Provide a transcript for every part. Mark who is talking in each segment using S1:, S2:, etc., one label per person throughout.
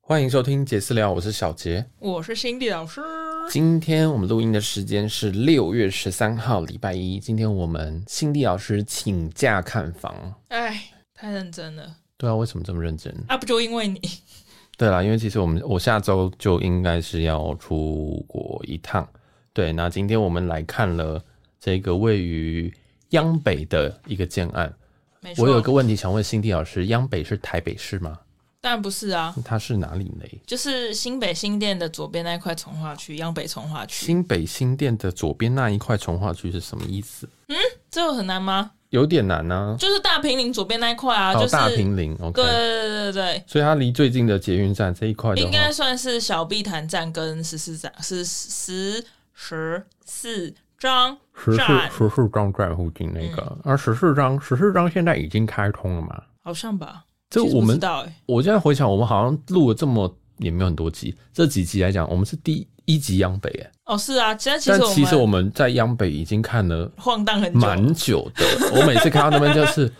S1: 欢迎收听杰私聊，我是小杰。
S2: 我是辛迪老师，
S1: 今天我们录音的时间是六月十三号，礼拜一。今天我们辛迪老师请假看房。
S2: 哎，太认真了
S1: 对啊，为什么这么认真？
S2: 啊！不就因为你？
S1: 对啦，因为其实我们我下周就应该是要出国一趟。对，那今天我们来看了这个位于央北的一个建案。
S2: 没错，
S1: 我有个问题想问辛迪老师，央北是台北市吗？
S2: 当然不是啊，
S1: 它是哪里呢？
S2: 就是新北新店的左边那一块从化区，央北从化区，
S1: 新北新店的左边那一块从化区是什么意思？
S2: 这有很难吗？
S1: 有点难啊。
S2: 就是大平林左边那一块啊，
S1: 哦，
S2: 就是
S1: 大平林，OK，
S2: 对对对对
S1: 所以它离最近的捷运站这一块
S2: 对，
S1: 的
S2: 应
S1: 话，
S2: 该算是小碧潭站跟十四站是十十四张
S1: 十四
S2: 站，嗯
S1: 十四张站附近那个，而十四张十四张现在已经开通了嘛？
S2: 好像吧？
S1: 这
S2: 其实不
S1: 我们
S2: 知道哎，
S1: 我现在回想，我们好像录了这么也没有很多集，这几集来讲，我们是第一集央北哎，
S2: 哦是啊，其实其
S1: 但
S2: 实
S1: 其实我
S2: 们
S1: 们在央北已经看了
S2: 晃荡很久，
S1: 蛮久的，我每次看到那边就是。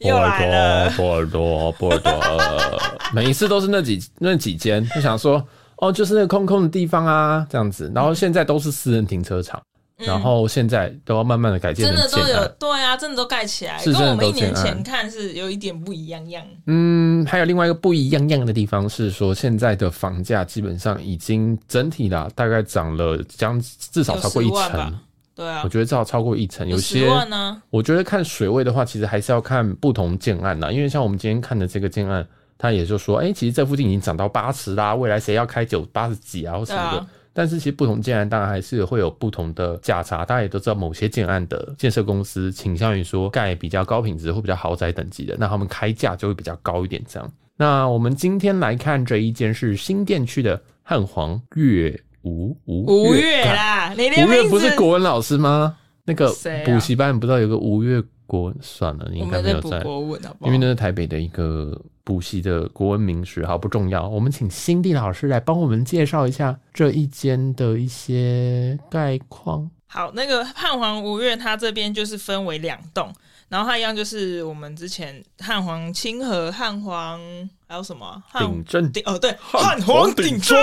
S1: 波
S2: 又来
S1: 尔
S2: 了
S1: 多，波尔多，波尔多， 每一次都是那几那几间，就想说哦，就是那个空空的地方啊，这样子。然后现在都是私人停车场，
S2: 嗯
S1: 然后现在都要慢慢的改建
S2: 真的
S1: 成
S2: 都
S1: 建
S2: 有
S1: 案。
S2: 对啊，真的都盖起来，
S1: 是
S2: 跟我
S1: 真的
S2: 们
S1: 都啊
S2: 一年
S1: 建案
S2: 前看是有一点不一样样。
S1: 嗯，还有另外一个不一样样的地方是说，现在的房价基本上已经整体啦，大概涨了将至少超过一
S2: 有10万
S1: 成
S2: 吧，对啊
S1: 我，觉得至少超过一成，有
S2: 十
S1: 些
S2: 万啊呢、
S1: 我觉得看水位的话，其实还是要看不同建案啦，因为像我们今天看的这个建案，它也就说，哎、其实这附近已经涨到八十啦，未来谁要开九八十几啊或什么的。
S2: 对啊
S1: 但是其实不同建案当然还是会有不同的价差，大家也都知道，某些建案的建设公司倾向于说盖比较高品质或比较豪宅等级的，那他们开价就会比较高一点这样。那我们今天来看这一间是新店区的汉皇月吴吴
S2: 五
S1: 月
S2: 月
S1: 港
S2: 啦，你连
S1: 吴
S2: 名
S1: 越
S2: 字
S1: 不是国文老师吗？那个
S2: 谁啊
S1: 补习班不知道有个吴越国文，算了，你
S2: 我
S1: 应该没
S2: 们在
S1: 有
S2: 补
S1: 在，
S2: 国文好不好？
S1: 因为那是台北的一个补习的国文名师，好不重要。我们请辛蒂老师来帮我们介绍一下这一间的一些概况。
S2: 好，那个汉皇五月它这边就是分为两栋，然后它一样就是我们之前汉皇清河、汉皇还有什么啊汉
S1: 顶针
S2: 顶哦对，汉皇顶针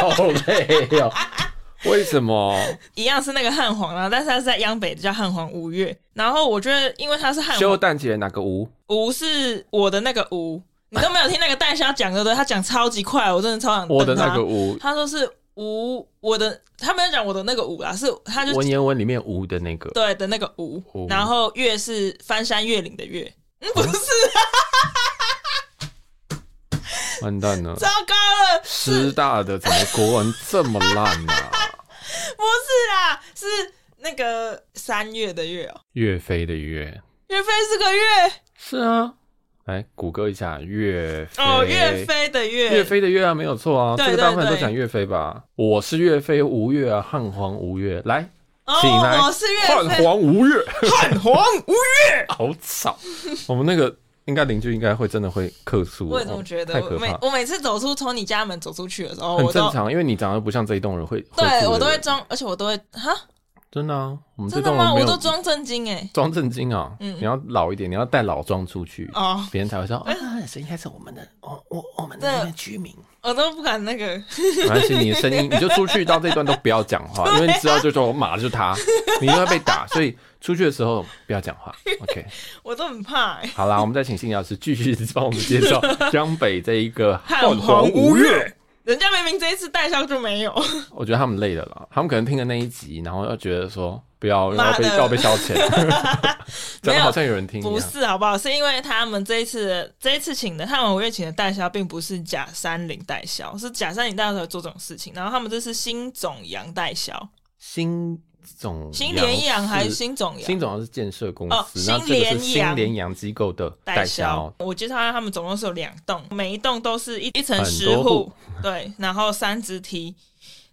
S1: 好累哦，为什么？
S2: 一样是那个汉皇啊，但是它是在央北的叫汉皇五月，然后我觉得因为它是汉皇
S1: 蛋节哪个吴？
S2: 吴是我的那个吴，你都没有听那个代销讲的，对，他讲超级快，我真的超想瞪
S1: 我的那
S2: 他
S1: 个吴，
S2: 他说是吴，我的他没有讲我的那个吴啦，是他就
S1: 文言文里面吴的那个。
S2: 对的那个吴
S1: 吴，哦
S2: 然后岳是翻山越岭的岳，嗯，不是，
S1: 完蛋了，
S2: 糟糕了，
S1: 师大的怎么国文这么烂呢、啊？
S2: 不是啦，是那个三月的月哦，
S1: 岳飞的岳。
S2: 岳飞是个月
S1: 是啊，来谷歌一下岳飞。
S2: 哦，岳。飞的岳，
S1: 岳飞的岳啊，没有错啊，
S2: 对
S1: 这个大部分
S2: 对
S1: 都
S2: 对
S1: 讲岳飞吧。我是岳飞，吴越啊，汉皇吴越。来，
S2: 哦，
S1: 请来
S2: 我是岳
S1: 汉
S2: 飞，
S1: 皇 吴越，
S2: 汉皇吴越，
S1: 好吵。我们那个应该邻居应该会真的会客诉，
S2: 我也这么觉得，
S1: 太可
S2: 我每
S1: 怕，
S2: 我每次走出从你家门走出去的时候，
S1: 很
S2: 我
S1: 正
S2: 都
S1: 常，因为你长得不像这一栋人会，
S2: 对
S1: 住
S2: 我
S1: 的
S2: 都会
S1: 人
S2: 装，而且我都会哈，
S1: 真的啊，我们这
S2: 真的
S1: 栋人
S2: 吗？
S1: 没
S2: 我
S1: 有
S2: 都装正经哎，
S1: 装正经啊，你要老一点，你要带老装出去，
S2: 哦，
S1: 别人才会说啊，这应该是我们的，我我我们的
S2: 对
S1: 那个居民。啊
S2: 我都不敢那个。
S1: 没关系，你的声音你就出去到这段都不要讲话，
S2: 啊
S1: 因为你知道就说我马上就他，你就会被打，所以出去的时候不要讲话。OK，
S2: 我都很怕、欸。，
S1: 好啦，我们再请信老师继续帮我们介绍江北这一个
S2: 人家明明这一次代销就没 有，
S1: 我觉得他们累了啦，他们可能听了那一集，然后要觉得说不要
S2: 妈
S1: 要被
S2: 的
S1: 要被消 遣，讲
S2: 没
S1: 的
S2: 有
S1: 好像有人听一
S2: 不
S1: 样。
S2: 是好不好？是因为他们这一次这一次请的他们五月请的代销，并不是假山林代销，是假山林代销才会做这种事情。然后他们这是新总阳代销，
S1: 嗯新总
S2: 新联阳还是新总
S1: 新
S2: 阳
S1: 总是建设公
S2: 哦
S1: 司，那这个是
S2: 新联
S1: 新
S2: 阳
S1: 联阳机构的代
S2: 代
S1: 销
S2: 销？。我介绍他们总共是有两栋，每一栋都是一一层
S1: 很
S2: 十
S1: 多户
S2: 户，对，然后三只梯。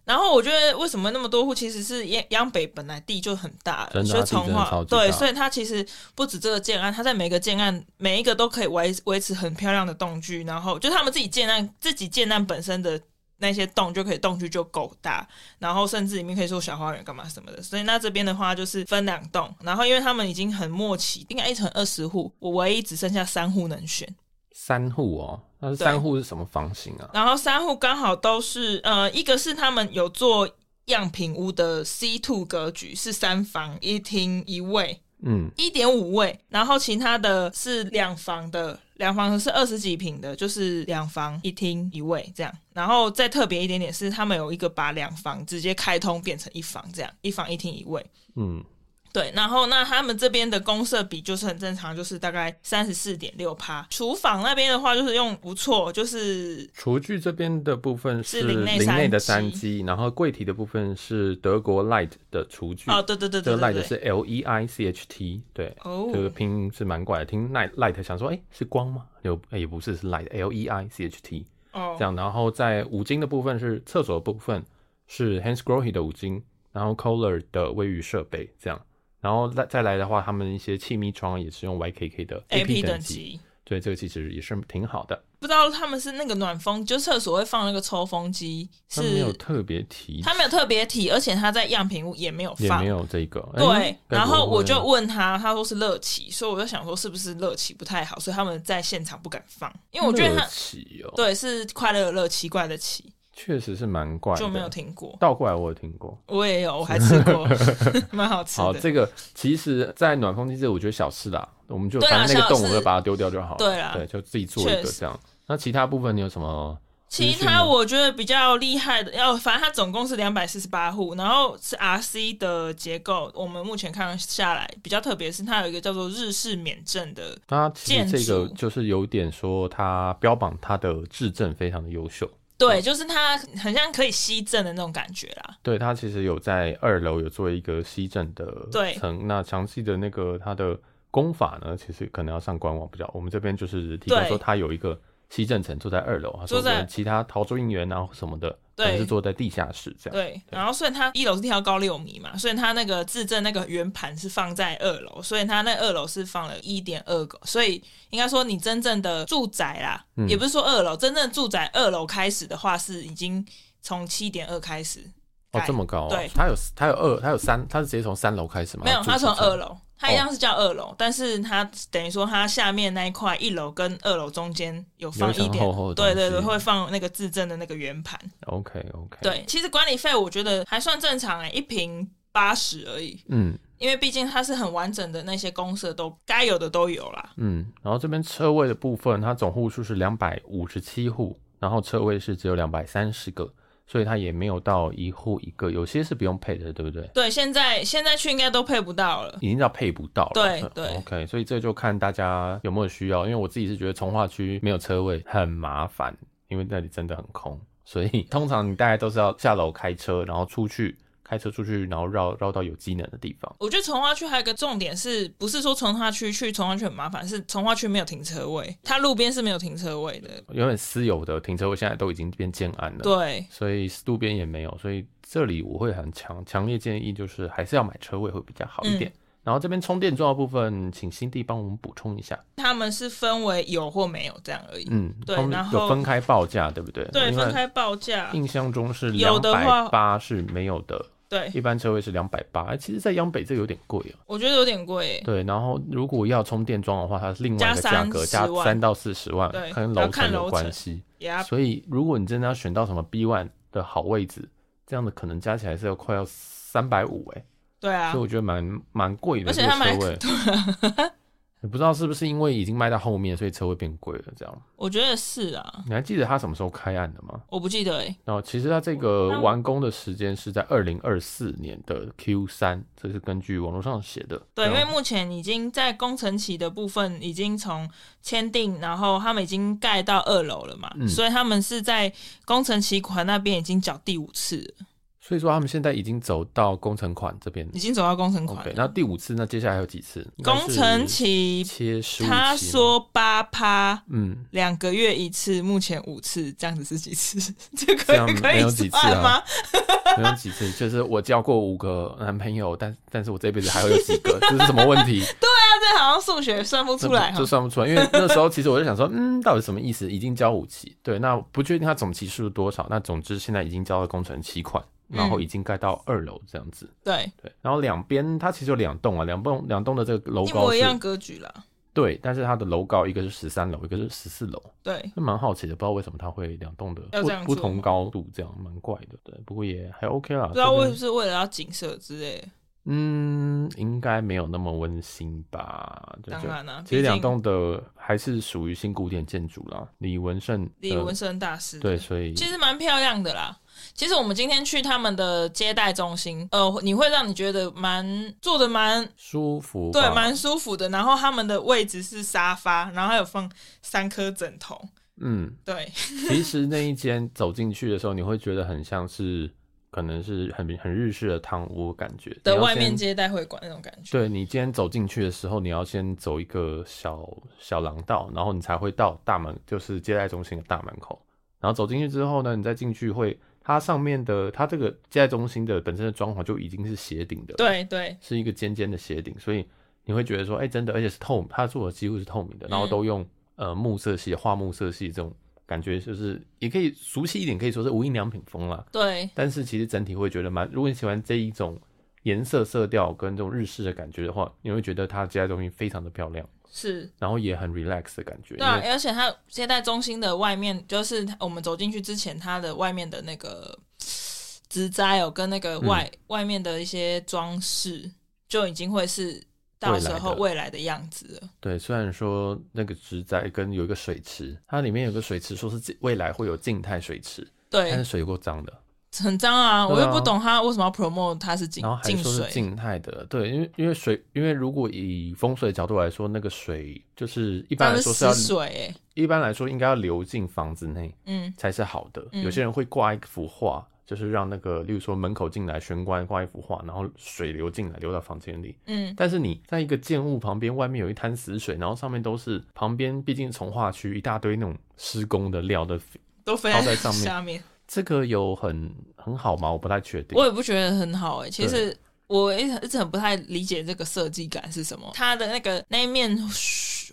S2: 然后我觉得为什么那么多户，其实是央央北本来地就很大
S1: 真
S2: 了，
S1: 的啊
S2: 所以从
S1: 地真的超
S2: 化
S1: 级大
S2: 对，所以它其实不止这个建案，它在每个建案每一个都可以维维持很漂亮的栋距，然后就他们自己建案自己建案本身的那些栋就可以栋距就够大，然后甚至里面可以做小花园干嘛什么的。所以那这边的话就是分两栋，然后因为他们已经很默契，应该一层二十户，我唯一只剩下三户能选。
S1: 三户哦，那是三户是什么房型啊？
S2: 然后三户刚好都是呃，一个是他们有做样品屋的 C two 格局，是三房一厅一卫，
S1: 嗯，
S2: 一点五卫，然后其他的是两房的，两房是二十几平的，就是两房一厅一卫这样。然后再特别一点点是，他们有一个把两房直接开通变成一房这样，一房一厅一卫。
S1: 嗯，
S2: 对，然后那他们这边的公设比就是很正常，就是大概三十四点六趴。厨房那边的话，就是用不错，就是
S1: 厨具这边的部分是
S2: 是
S1: 林
S2: 林内
S1: 内的
S2: 三
S1: 三基，然后柜体的部分是德国 Light 的厨具，
S2: 哦，对对对
S1: 这
S2: 对
S1: 个
S2: 对
S1: Light
S2: 对，
S1: 是 L E I C H T，对，
S2: 哦
S1: 这个拼音是蛮怪的，听 Light Light 想说，哎、是光吗？有，哎也不是，是 Light L E I C H T
S2: 哦
S1: 这，样。然后在五金的部分是厕所的部分是 Hans Grohe 的五金，然后 Kohler 的卫浴设备这样。然后再再来的话，他们一些气密窗也是用 YKK 的
S2: A P
S1: 等
S2: 等
S1: 级，
S2: 级。
S1: 对，这个其实也是挺好的。
S2: 不知道他们是那个暖风，就厕所会放那个抽风机，
S1: 他们没有
S2: 是
S1: 特别提，
S2: 他没有特别提，而且他在样品屋也没有
S1: 也
S2: 放
S1: 没。有这个。
S2: 对
S1: 哎，
S2: 然后我就
S1: 该不会
S2: 问他，他说是乐奇，所以我就想说是不是乐奇不太好，所以他们在现场不敢放，因为我觉得
S1: 乐
S2: 他
S1: 奇哦，
S2: 对是快乐的乐，奇怪的奇，
S1: 确实是蛮怪的，
S2: 就没有听过。
S1: 倒过来我有听过。
S2: 我也有，我还吃 过， 蛮好吃
S1: 好，
S2: 的。
S1: 这个其实，在暖风机这，我觉得小事啦，我们就
S2: 对啦啊
S1: 反正那个
S2: 小
S1: 洞，
S2: 事
S1: 我就把它丢掉就好了。
S2: 对啦
S1: 就自己做一个
S2: 确实
S1: 这样。那其他部分你有什么？
S2: 其
S1: 资讯呢
S2: 他我觉得比较厉害的，要反正它总共是两百四十八户，然后是 RC 的结构。我们目前看下来比较特别是它有一个叫做日式免震的，
S1: 它其实
S2: 建
S1: 这个
S2: 筑
S1: 就是有点说，它标榜它的质证非常的优秀。
S2: 对，就是它很像可以吸震的那种感觉啦。
S1: 对，它其实有在二楼有做一个吸震的
S2: 对
S1: 层。那详细的那个它的功法呢，其实可能要上官网比较。我们这边就是提供
S2: 对
S1: 说，它有一个吸震层坐在二楼，它说
S2: 坐在
S1: 我们其他逃出应援啊或什么的，可
S2: 对
S1: 能是坐在地下室这样。
S2: 对，然后所以它一楼是跳高六米嘛，所以它那个自证那个圆盘是放在二楼，所以它那二楼是放了一点二个，所以应该说你真正的住宅啦，
S1: 嗯
S2: 也不是说二楼，真正住宅二楼开始的话是已经从七点二开始
S1: 哦
S2: 盖。，
S1: 这么高、啊？
S2: 对
S1: 它有它有二，它有三，它是直接从三楼开始吗？
S2: 没有，
S1: 它哦
S2: 它从二
S1: 楼。
S2: 楼，它一样是叫二楼，但是它等于说它下面那一块一楼跟二楼中间有放
S1: 有一
S2: 一
S1: 层
S2: 点，
S1: 厚厚的
S2: 对对
S1: 东
S2: 对，
S1: 西哎
S2: 会放那个自证的那个圆盘。
S1: OK OK。，
S2: 对，其实管理费我觉得还算正常哎、一瓶八十而已，
S1: 嗯
S2: 因为毕竟它是很完整的那些公社都该有的都有啦。
S1: 嗯。然后这边车位的部分，它总户数是两百五十七户，然后车位是只有两百三十个，所以它也没有到一户一个，有些是不用配的，对不对？
S2: 对，现在现在去应该都配不到了。
S1: 已经到配不到了。
S2: 对 对
S1: ，OK，所以这就看大家有没有需要，因为我自己是觉得从化区没有车位很麻烦，因为那里真的很空，所以通常你大概都是要下楼开车，然后出去开车出去，然后绕绕到有机能的地方。
S2: 我觉得从化区还有一个重点是，不是说从化区去从化区很麻烦，是从化区没有停车位，它路边是没有停车位的。
S1: 原本私有的停车位现在都已经变建案了，，
S2: 对，
S1: 所以路边也没有，所以这里我会很强强烈建议，就是还是要买车位会比较好
S2: 嗯
S1: 一点。然后这边充电桩的部分，请新弟帮我们补充一下。
S2: 他们是分为有或没有这样而已。
S1: 嗯，
S2: 对
S1: 他们
S2: 然后
S1: 有分开报价，对不对？
S2: 对，
S1: 因为
S2: 分开报价。
S1: 印象中是两
S2: 有的
S1: 百
S2: 话
S1: 八是没有的，
S2: 对，
S1: 一般车位是两百八。哎，其实，在央北这有点贵哦、
S2: 我觉得有点贵欸。
S1: 对，然后如果要充电桩的话，它是另外一个
S2: 加
S1: 价格，
S2: 30
S1: 加
S2: 万
S1: 三到四十万，
S2: 对
S1: 跟
S2: 要
S1: 楼
S2: 看
S1: 层有
S2: 楼
S1: 关
S2: 层
S1: 系。
S2: Yeah，
S1: 所以如果你真的要选到什么 B one 的好位置，这样的可能加起来是要快要三百五哎，
S2: 对啊
S1: 所以，我觉得蛮蛮贵的
S2: 而
S1: 这
S2: 且
S1: 个
S2: 他们还
S1: 车位。
S2: 啊
S1: 也不知道是不是因为已经卖到后面，所以车位变贵了这样。
S2: 我觉得是啊，
S1: 你还记得它什么时候开案的吗？
S2: 我不记得哎。
S1: 然后其实它这个
S2: 那
S1: 完工的时间是在二零二四年的 Q 三，这是根据网络上写的。哦
S2: 对，因为
S1: 然后
S2: 目前已经在工程期的部分已经从签订，然后他们已经盖到二楼了嘛，
S1: 嗯
S2: 所以他们是在工程期款那边已经缴第五次了，
S1: 所以说他们现在已经走到工程款这边。
S2: 已经走到工程款
S1: OK，
S2: 了。
S1: 那第五次，那接下来还有几次？应该
S2: 工
S1: 是
S2: 程期
S1: 切十五
S2: 他说八趴。
S1: 嗯，
S2: 两个月一次，目前五次，这样子是几次？ 这
S1: 这
S2: 个
S1: 样
S2: 可
S1: 没
S2: 以
S1: 有几次啊
S2: 算吗？
S1: 没有几次，就是我交过五个男朋友，但但是我这辈子还会有几 个，这是什么问题？
S2: 啊这好像数学算不
S1: 这
S2: 出来
S1: 不
S2: 哈
S1: 这。算不出来，因为那时候其实我就想说，嗯，到底什么意思？已经交五期，对，那不确定它总期数是多少，那总之现在已经交了工程七款，然
S2: 嗯
S1: 后已经盖到二楼这样子，
S2: 对，
S1: 对，然后两边它其实有两栋啊，两栋两栋的这个楼
S2: 一
S1: 高
S2: 模
S1: 是
S2: 一样格局啦。
S1: 对，但是它的楼高一个是十三楼，一个是十四楼，
S2: 对，
S1: 就蛮好奇的，不知道为什么它会两栋的
S2: 要这样
S1: 不不
S2: 做
S1: 同高度这样，蛮怪的。对，不过也还 OK 啦。
S2: 不知道
S1: 这
S2: 为
S1: 边
S2: 是不是为了要景色之类的。
S1: 嗯，应该没有那么温馨吧？对
S2: 当
S1: 就
S2: 然啦，
S1: 其实
S2: 啊毕竟
S1: 两栋的还是属于新古典建筑啦。李文胜的，
S2: 李文胜大师的
S1: 对，所以
S2: 其实蛮漂亮的啦。其实我们今天去他们的接待中心，呃，你会让你觉得蛮坐的蛮
S1: 舒服
S2: 对
S1: 吧
S2: 蛮舒服的。然后他们的位置是沙发，然后还有放三颗枕头。
S1: 嗯。
S2: 对，
S1: 其实那一间走进去的时候，你会觉得很像是可能是很很日式的汤屋感觉
S2: 的
S1: 你要
S2: 外面
S1: 先
S2: 接待会馆那种感觉。
S1: 对你今天走进去的时候，你要先走一个小小廊道，然后你才会到大门，就是接待中心的大门口。然后走进去之后呢，你再进去会，它上面的它这个接待中心的本身的装潢就已经是斜顶的，，
S2: 对对
S1: 是一个尖尖的斜顶，所以你会觉得说，哎、真的，而且是透，它做的几乎是透
S2: 嗯
S1: 明的，然后都用、呃木色系、桦木色系这种感觉，就是也可以俗气一点，可以说是无印良品风啦。
S2: 对
S1: 但是其实整体会觉得蛮，如果你喜欢这一种颜色色调跟这种日式的感觉的话，你会觉得它的接待中心非常的漂亮，
S2: 是。
S1: 然后也很 relax 的感觉。
S2: 对啊
S1: 因为，
S2: 而且它接待中心的外面，就是我们走进去之前，它的外面的那个植栽哦，跟那个外、
S1: 嗯
S2: 外面的一些装饰，就已经会是到时
S1: 未来
S2: 候
S1: 的
S2: 未来的样子了。
S1: 对，虽然说那个植栽跟有一个水池，它里面有个水池，说是静未来会有静态水池，但是
S2: 对，
S1: 水有够脏的，
S2: 很脏
S1: 对
S2: 啊，
S1: 啊
S2: 我又不懂他为什么要 promote 它是进
S1: 然后还
S2: 进
S1: 说是
S2: 水。
S1: 静态的，对，因为因为水，因为如果以风水的角度来说，那个水就是一
S2: 这
S1: 般
S2: 样
S1: 来
S2: 是
S1: 说是要
S2: 死，水哎、
S1: 一般来说应该要流进房子内，
S2: 嗯，
S1: 才是好的。
S2: 嗯
S1: 有些人会挂一幅画，就是让那个，例如说门口进来玄关挂一幅画，然后水流进来，流到房间里。
S2: 嗯，
S1: 但是你在一个建物旁边，外面有一滩死水，然后上面都是旁边毕竟从化区一大堆那种施工的料的，
S2: 都飞
S1: 泡在上面
S2: 下面，
S1: 这个有很很好吗？我不太确定
S2: 我。也不觉得很好哎、其实我一直一直很不太理解这个设计感是什么。它的那个那一面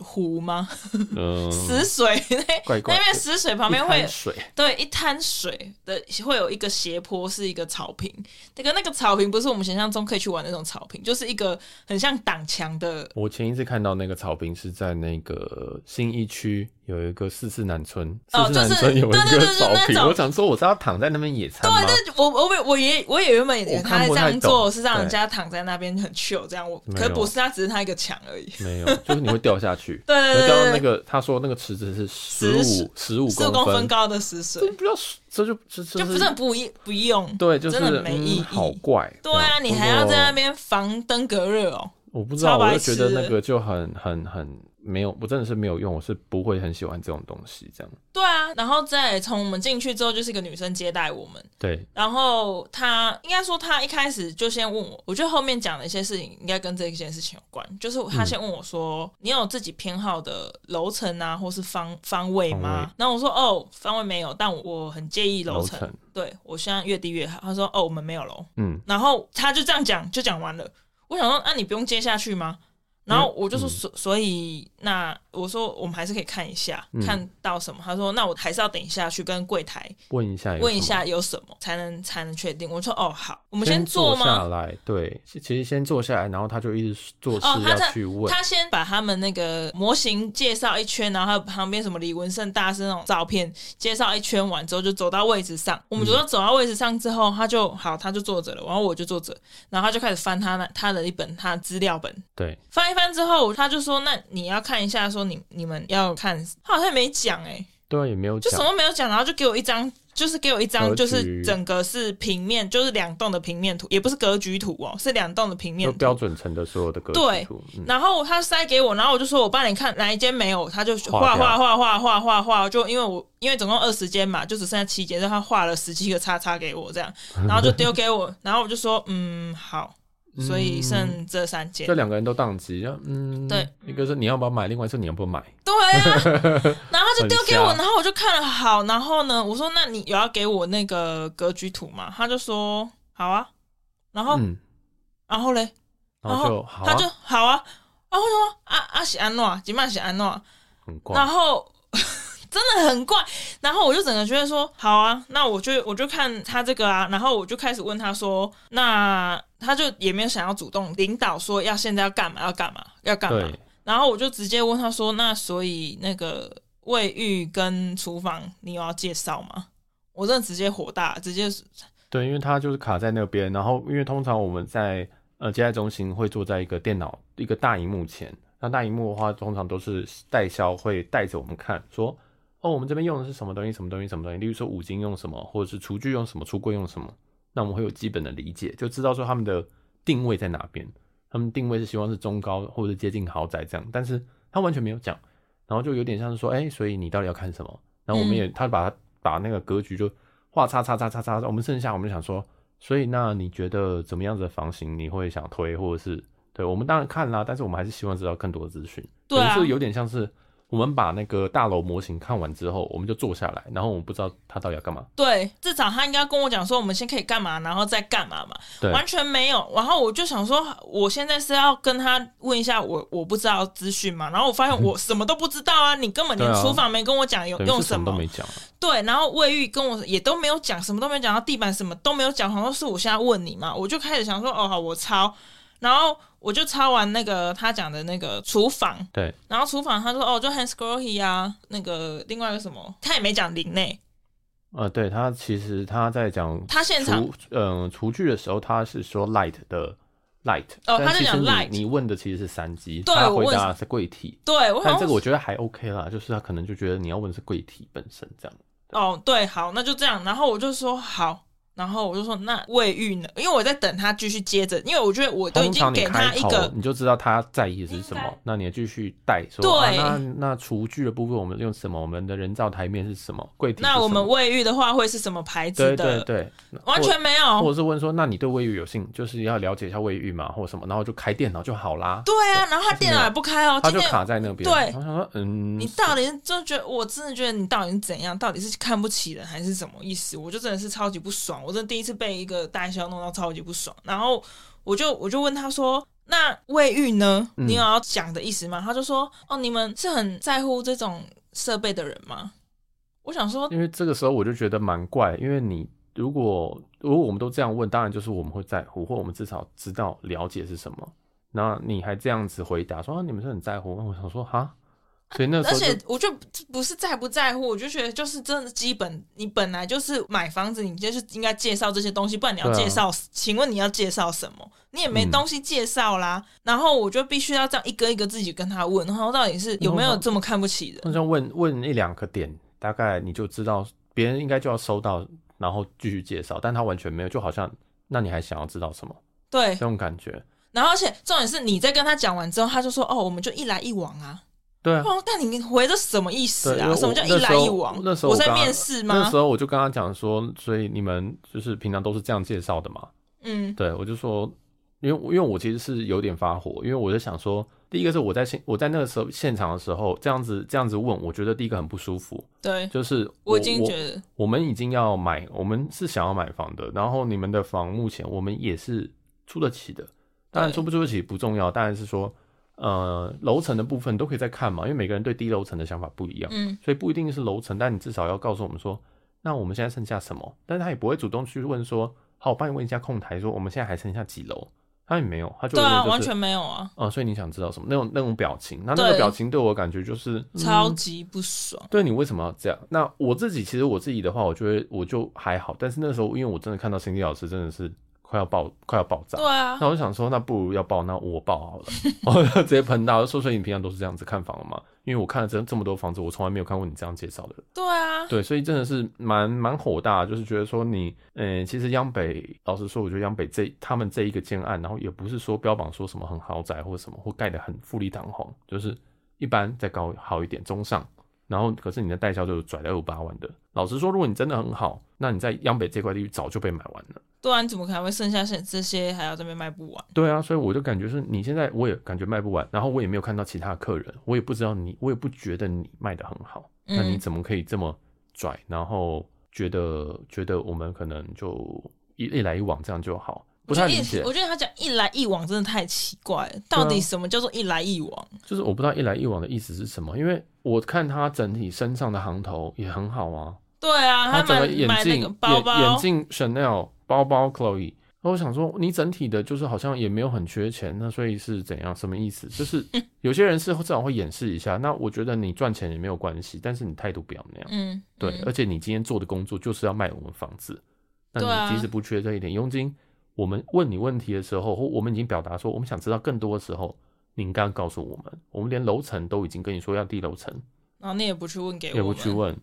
S2: 湖吗？
S1: 嗯，
S2: 死水那
S1: 怪怪
S2: 那
S1: 的
S2: 边死水旁边
S1: 一
S2: 会
S1: 滩水，
S2: 对一滩水的会有一个斜坡，是一个草坪。那个那个草坪不是我们想象中可以去玩的那种草坪，就是一个很像挡墙的。
S1: 我前一次看到那个草坪是在那个新一区有一个四四南村，
S2: 哦
S1: 四四南村
S2: 就是
S1: 有一个草
S2: 对对对对
S1: 坪，
S2: 那种
S1: 我想说我是要躺在那边野餐吗？
S2: 但我我我我也我也原本以为
S1: 我
S2: 他
S1: 看
S2: 在
S1: 不
S2: 这
S1: 太
S2: 样做
S1: 懂
S2: 是让人
S1: 对
S2: 家躺在那边很 chill 这样，我
S1: 没有
S2: 可不是，他只是他一个墙而已。。
S1: 没有，就是你会掉下去
S2: 对对
S1: 你
S2: 对
S1: 会掉到那
S2: 对对，
S1: 个，他说那个池子是十
S2: 十
S1: 五十五
S2: 四公分
S1: 分，
S2: 高的死水
S1: 这不要，这就这这
S2: 就不是很不一不用。
S1: 对，就是
S2: 真的没意义
S1: 嗯好怪。哦
S2: 对啊，
S1: 这样
S2: 你还要在那，边防登革热哦。
S1: 不过我不知
S2: 超
S1: 道，我就
S2: 白
S1: 觉得
S2: 痴
S1: 那个就很很很没有，我真的是没有用，我是不会很喜欢这种东西这样。
S2: 对啊，然后再从我们进去之后，就是一个女生接待我们，
S1: 对，
S2: 然后她应该说她一开始就先问我，我觉得后面讲的一些事情应该跟这一件事情有关，就是她先问我说，你有自己偏好的楼层啊，或是方方位吗
S1: 方位？
S2: 然后我说哦，方位没有，但我很介意楼
S1: 楼
S2: 层，
S1: 层，
S2: 对我现在越低越好。她说哦，我们没有楼，
S1: 嗯，
S2: 然后她就这样讲，就讲完了。我想说，那、你不用接下去吗？然后我就说，
S1: 嗯
S2: 所、所以那我说我们还是可以看一下，
S1: 嗯
S2: 看到什么？他说，那我还是要等一下去跟柜台
S1: 问一下，
S2: 问一。下有什么，才能才能确定。我说，哦，好，我们做
S1: 坐下
S2: 吗？
S1: 来，对，其其实先坐下来，然后他就一直做事
S2: 哦他在
S1: 要去问，
S2: 他先把他们那个模型介绍一圈，然后还有旁边什么李文胜大师那种照片介绍一圈完之后，就走到位置上。
S1: 嗯
S2: 我们走到走到位置上之后，他就好，他就坐着了，然后我就坐着，然后他就开始翻他那他的一本他的资料本，
S1: 对，
S2: 翻一翻之后，他就说：“那你要看一下，说你你们要看。”他好像也没讲哎、
S1: 对啊，也没有
S2: 就什
S1: 讲，
S2: 么都没有讲，然后就给我一张，就是给我一
S1: 格
S2: 张，
S1: 局
S2: 就是整个是平面，就是两栋的平面图，也不是格局图哦，是两栋的平面
S1: 就
S2: 图。
S1: 标准成的所有的格
S2: 对
S1: 局图，嗯，
S2: 然后他塞给我，然后我就说：“我帮你看哪一间没有。”他就画
S1: 划掉
S2: 画画画画画画，就因为我因为总共二十间嘛，就只剩下七间，让他画了十七个叉叉给我这样，然后就丢给我，然后我就说：“嗯，好。”所以剩这三间
S1: 这。两个人都宕机，然后嗯，
S2: 对，
S1: 一个是你要不要买，另外是你要不要买，
S2: 对 啊，然后他就丢给我，
S1: 很瞎
S2: 然后我就看了好，然后呢，我说那你有要给我那个格局图吗？他就说好啊，然后、
S1: 嗯，
S2: 然后嘞，
S1: 然后就好
S2: 哦他
S1: 啊
S2: 就，好啊，然后我说啊啊是安诺，吉曼是安诺，
S1: 很
S2: 然
S1: 怪，
S2: 后 真的很怪，然后我就整个觉得说，好啊，那我就我就看他这个啊，然后我就开始问他说，那他就也没有想要主动领导说要现在要干嘛要干嘛要干嘛
S1: 对，，
S2: 然后我就直接问他说：“那所以那个卫浴跟厨房你有要介绍吗？”我真的直接火大，直接
S1: 对，因为它就是卡在那边，然后因为通常我们在呃接待中心会坐在一个电脑一个大荧幕前，那大荧幕的话，通常都是代销会带着我们看，说哦，我们这边用的是什么东西，什么东西，什么东西，例如说五金用什么，或者是厨具用什么，橱柜用什么，那我们会有基本的理解，就知道说他们的定位在哪边，他们定位是希望是中高或者接近豪宅这样，但是他完全没有讲，然后就有点像是说，哎、所以你到底要看什么？然后我们也，他把他把那个格局就画叉叉叉叉叉，我们剩下我们就想说，所以那你觉得怎么样子的房型你会想推，或者是对我们当然看啦，但是我们还是希望知道更多的资讯。
S2: 对啊
S1: 可能是有点像是我们把那个大楼模型看完之后，我们就坐下来，然后我们不知道他到底要干嘛。
S2: 对，至少他应该跟我讲说，我们先可以干嘛，然后再干嘛嘛，
S1: 对
S2: 完全没有。然后我就想说，我现在是要跟他问一下我我不知道资讯嘛，然后我发现我什么都不知道啊，你根本连
S1: 对啊
S2: 厨房没跟我讲有
S1: 等于
S2: 用
S1: 是什
S2: 么，
S1: 么都没讲啊，
S2: 对，然后卫浴跟我也都没有讲，什么都没有讲，然后地板什么都没有讲，好像是我现在问你嘛，我就开始想说，哦，好，我抄，然后我就抄完那个他讲的那个厨房，
S1: 对，
S2: 然后厨房他说，哦，就 hand scrolly 啊，那个另外一个什么，他也没讲林内，
S1: 呃，对他其实他在讲
S2: 他现场
S1: 厨嗯厨具的时候，他是说 light 的 light，
S2: 哦
S1: 但
S2: 他在
S1: 其实
S2: 讲
S1: 你
S2: light
S1: 你问的其实是三级，
S2: 对
S1: 他
S2: 我
S1: 回
S2: 问
S1: 答
S2: 是
S1: 的是柜体，
S2: 对我好
S1: 但
S2: 像
S1: 这个我觉得还 OK 啦，就是他可能就觉得你要问的是柜体本身这样。
S2: 哦，对，好，那就这样。然后我就说好，然后我就说那卫浴呢？因为我在等他继续接着，因为我觉得我都已
S1: 通
S2: 经
S1: 常你
S2: 给他
S1: 开
S2: 一
S1: 口
S2: 个，
S1: 你就知道他在意的是什
S2: 应
S1: 么
S2: 该，
S1: 那你也继续带说。
S2: 对
S1: 啊、那那厨具的部分我们用什么？我们的人造台面是什么？柜体是什么？
S2: 那我们卫浴的话会是什么牌子
S1: 对
S2: 的？哦
S1: 对对，
S2: 完全没
S1: 或或
S2: 有。
S1: 者是问说，那你对卫浴有兴，就是要了解一下卫浴嘛，或什么，然后就开电脑就好啦。
S2: 对啊，然后他电脑也不开哦，
S1: 他
S2: 今
S1: 就
S2: 天。
S1: 卡在那边。
S2: 对
S1: 我想说，嗯，
S2: 你到底是就觉得我真的觉得你到底是怎样？到底是看不起人还是什么意思？我就真的是超级不爽，我真的第一次被一个代销弄到超级不爽。然后我就我就问他说：“那卫浴呢？
S1: 嗯
S2: 你有要讲的意思吗？”他就说：“哦，你们是很在乎这种设备的人吗？”我想说，
S1: 因为这个时候我就觉得蛮怪，因为你如果如果我们都这样问，当然就是我们会在乎，或我们至少知道了解是什么。那你还这样子回答说、啊、你们是很在乎，那我想说哈，所以那
S2: 而
S1: 时候
S2: 且
S1: 就
S2: 我就不是在不在乎，我就觉得就是真的基本，你本来就是买房子，你就是应该介绍这些东西，不然你要
S1: 对啊
S2: 介绍，请问你要介绍什么？你也没东西介绍
S1: 嗯
S2: 啦。然后我就必须要这样一个一个自己跟他问，然后到底是有没有这么看不起人？
S1: 那像问问一两个点，大概你就知道别人应该就要收到，然后继续介绍，但他完全没有，就好像那你还想要知道什么
S2: 对
S1: 这，种感觉？
S2: 然后而且重点是你在跟他讲完之后，他就说哦，我们就一来一往啊。
S1: 对啊，
S2: 哦，那你回的什么意思
S1: 对因
S2: 啊
S1: 为？我
S2: 什么叫一来一往？
S1: 那时候
S2: 我
S1: 我
S2: 在
S1: 刚
S2: 面试
S1: 那
S2: 吗
S1: 时？候我就跟他讲说，所以你们就是平常都是这样介绍的嘛？
S2: 嗯，
S1: 对，我就说，因为因为我其实是有点发火，因为我就想说，第一个是我在现我在那个时候现场的时候，这样子这样子问，我觉得第一个很不舒服，
S2: 对，
S1: 就是
S2: 我已经觉得
S1: 我们已经要买，我们是想要买房的，然后你们的房目前我们也是出得起的，当然
S2: 对
S1: 出不出得起不重要，当然是说，呃，楼层的部分都可以再看嘛，因为每个人对低楼层的想法不一样，
S2: 嗯，
S1: 所以不一定是楼层，但你至少要告诉我们说，那我们现在剩下什么？但是他也不会主动去问说，好，我帮你问一下控台，说我们现在还剩下几楼？他也没有，他就
S2: 对啊，
S1: 就是
S2: 完全没有啊，
S1: 嗯，所以你想知道什么？那种那种表情，那那个
S2: 对
S1: 表情对我感觉就是、嗯
S2: 超级不爽。
S1: 对你为什么要这样？那我自己其实我自己的话，我觉得我就还好，但是那时候因为我真的看到辛迪老师真的是快要爆快要爆炸，
S2: 对啊
S1: 那，我就想说，那不如要爆，那我爆好了， 我就直接喷到说，所以你平常都是这样子看房的嘛？因为我看了这这么多房子，我从来没有看过你这样介绍的人。
S2: 对啊，
S1: 对，所以真的是蛮蛮火大，就是觉得说你，嗯、其实央北，老实说，我觉得央北这他们这一个建案，然后也不是说标榜说什么很豪宅或什么，或盖得很富丽堂皇，就是一般再高好一点，中上。然后可是你的代销就是拽到二八万的。老实说，如果你真的很好，那你在央北这块地域早就被买完了。
S2: 对啊，你怎么可能会剩下现这些还要这边卖不完？
S1: 对啊，所以我就感觉是你现在我也感觉卖不完，然后我也没有看到其他客人，我也不知道你，我也不觉得你卖得很好，
S2: 嗯
S1: 那你怎么可以这么拽？然后觉得觉得我们可能就一一来一往这样就好，不太理解
S2: 我觉得一。我觉得他讲一来一往真的太奇怪了，到底什么叫做一来一往？
S1: 就是我不知道一来一往的意思是什么，因为我看他整体身上的行头也很好啊，
S2: 对啊，
S1: 他整
S2: 买
S1: 个眼
S2: 买那
S1: 镜、
S2: 个包
S1: 眼眼
S2: 包，
S1: 镜、Chanel 包包、Chloe，那我想说，你整体的就是好像也没有很缺钱，那所以是怎样？什么意思？ 就是有些人是至少会掩饰一下。那我觉得你赚钱也没有关系，但是你态度不要那样。
S2: 嗯，
S1: 对，
S2: 嗯
S1: 而且你今天做的工作就是要卖我们房子，
S2: 对
S1: 那
S2: 啊
S1: 你即使不缺这一点佣金，我们问你问题的时候，或我们已经表达说我们想知道更多的时候，你应该告诉我们，我们连楼层都已经跟你说要第楼层，
S2: 然后你也不去问给
S1: 也
S2: 我
S1: 不
S2: 们，
S1: 去问，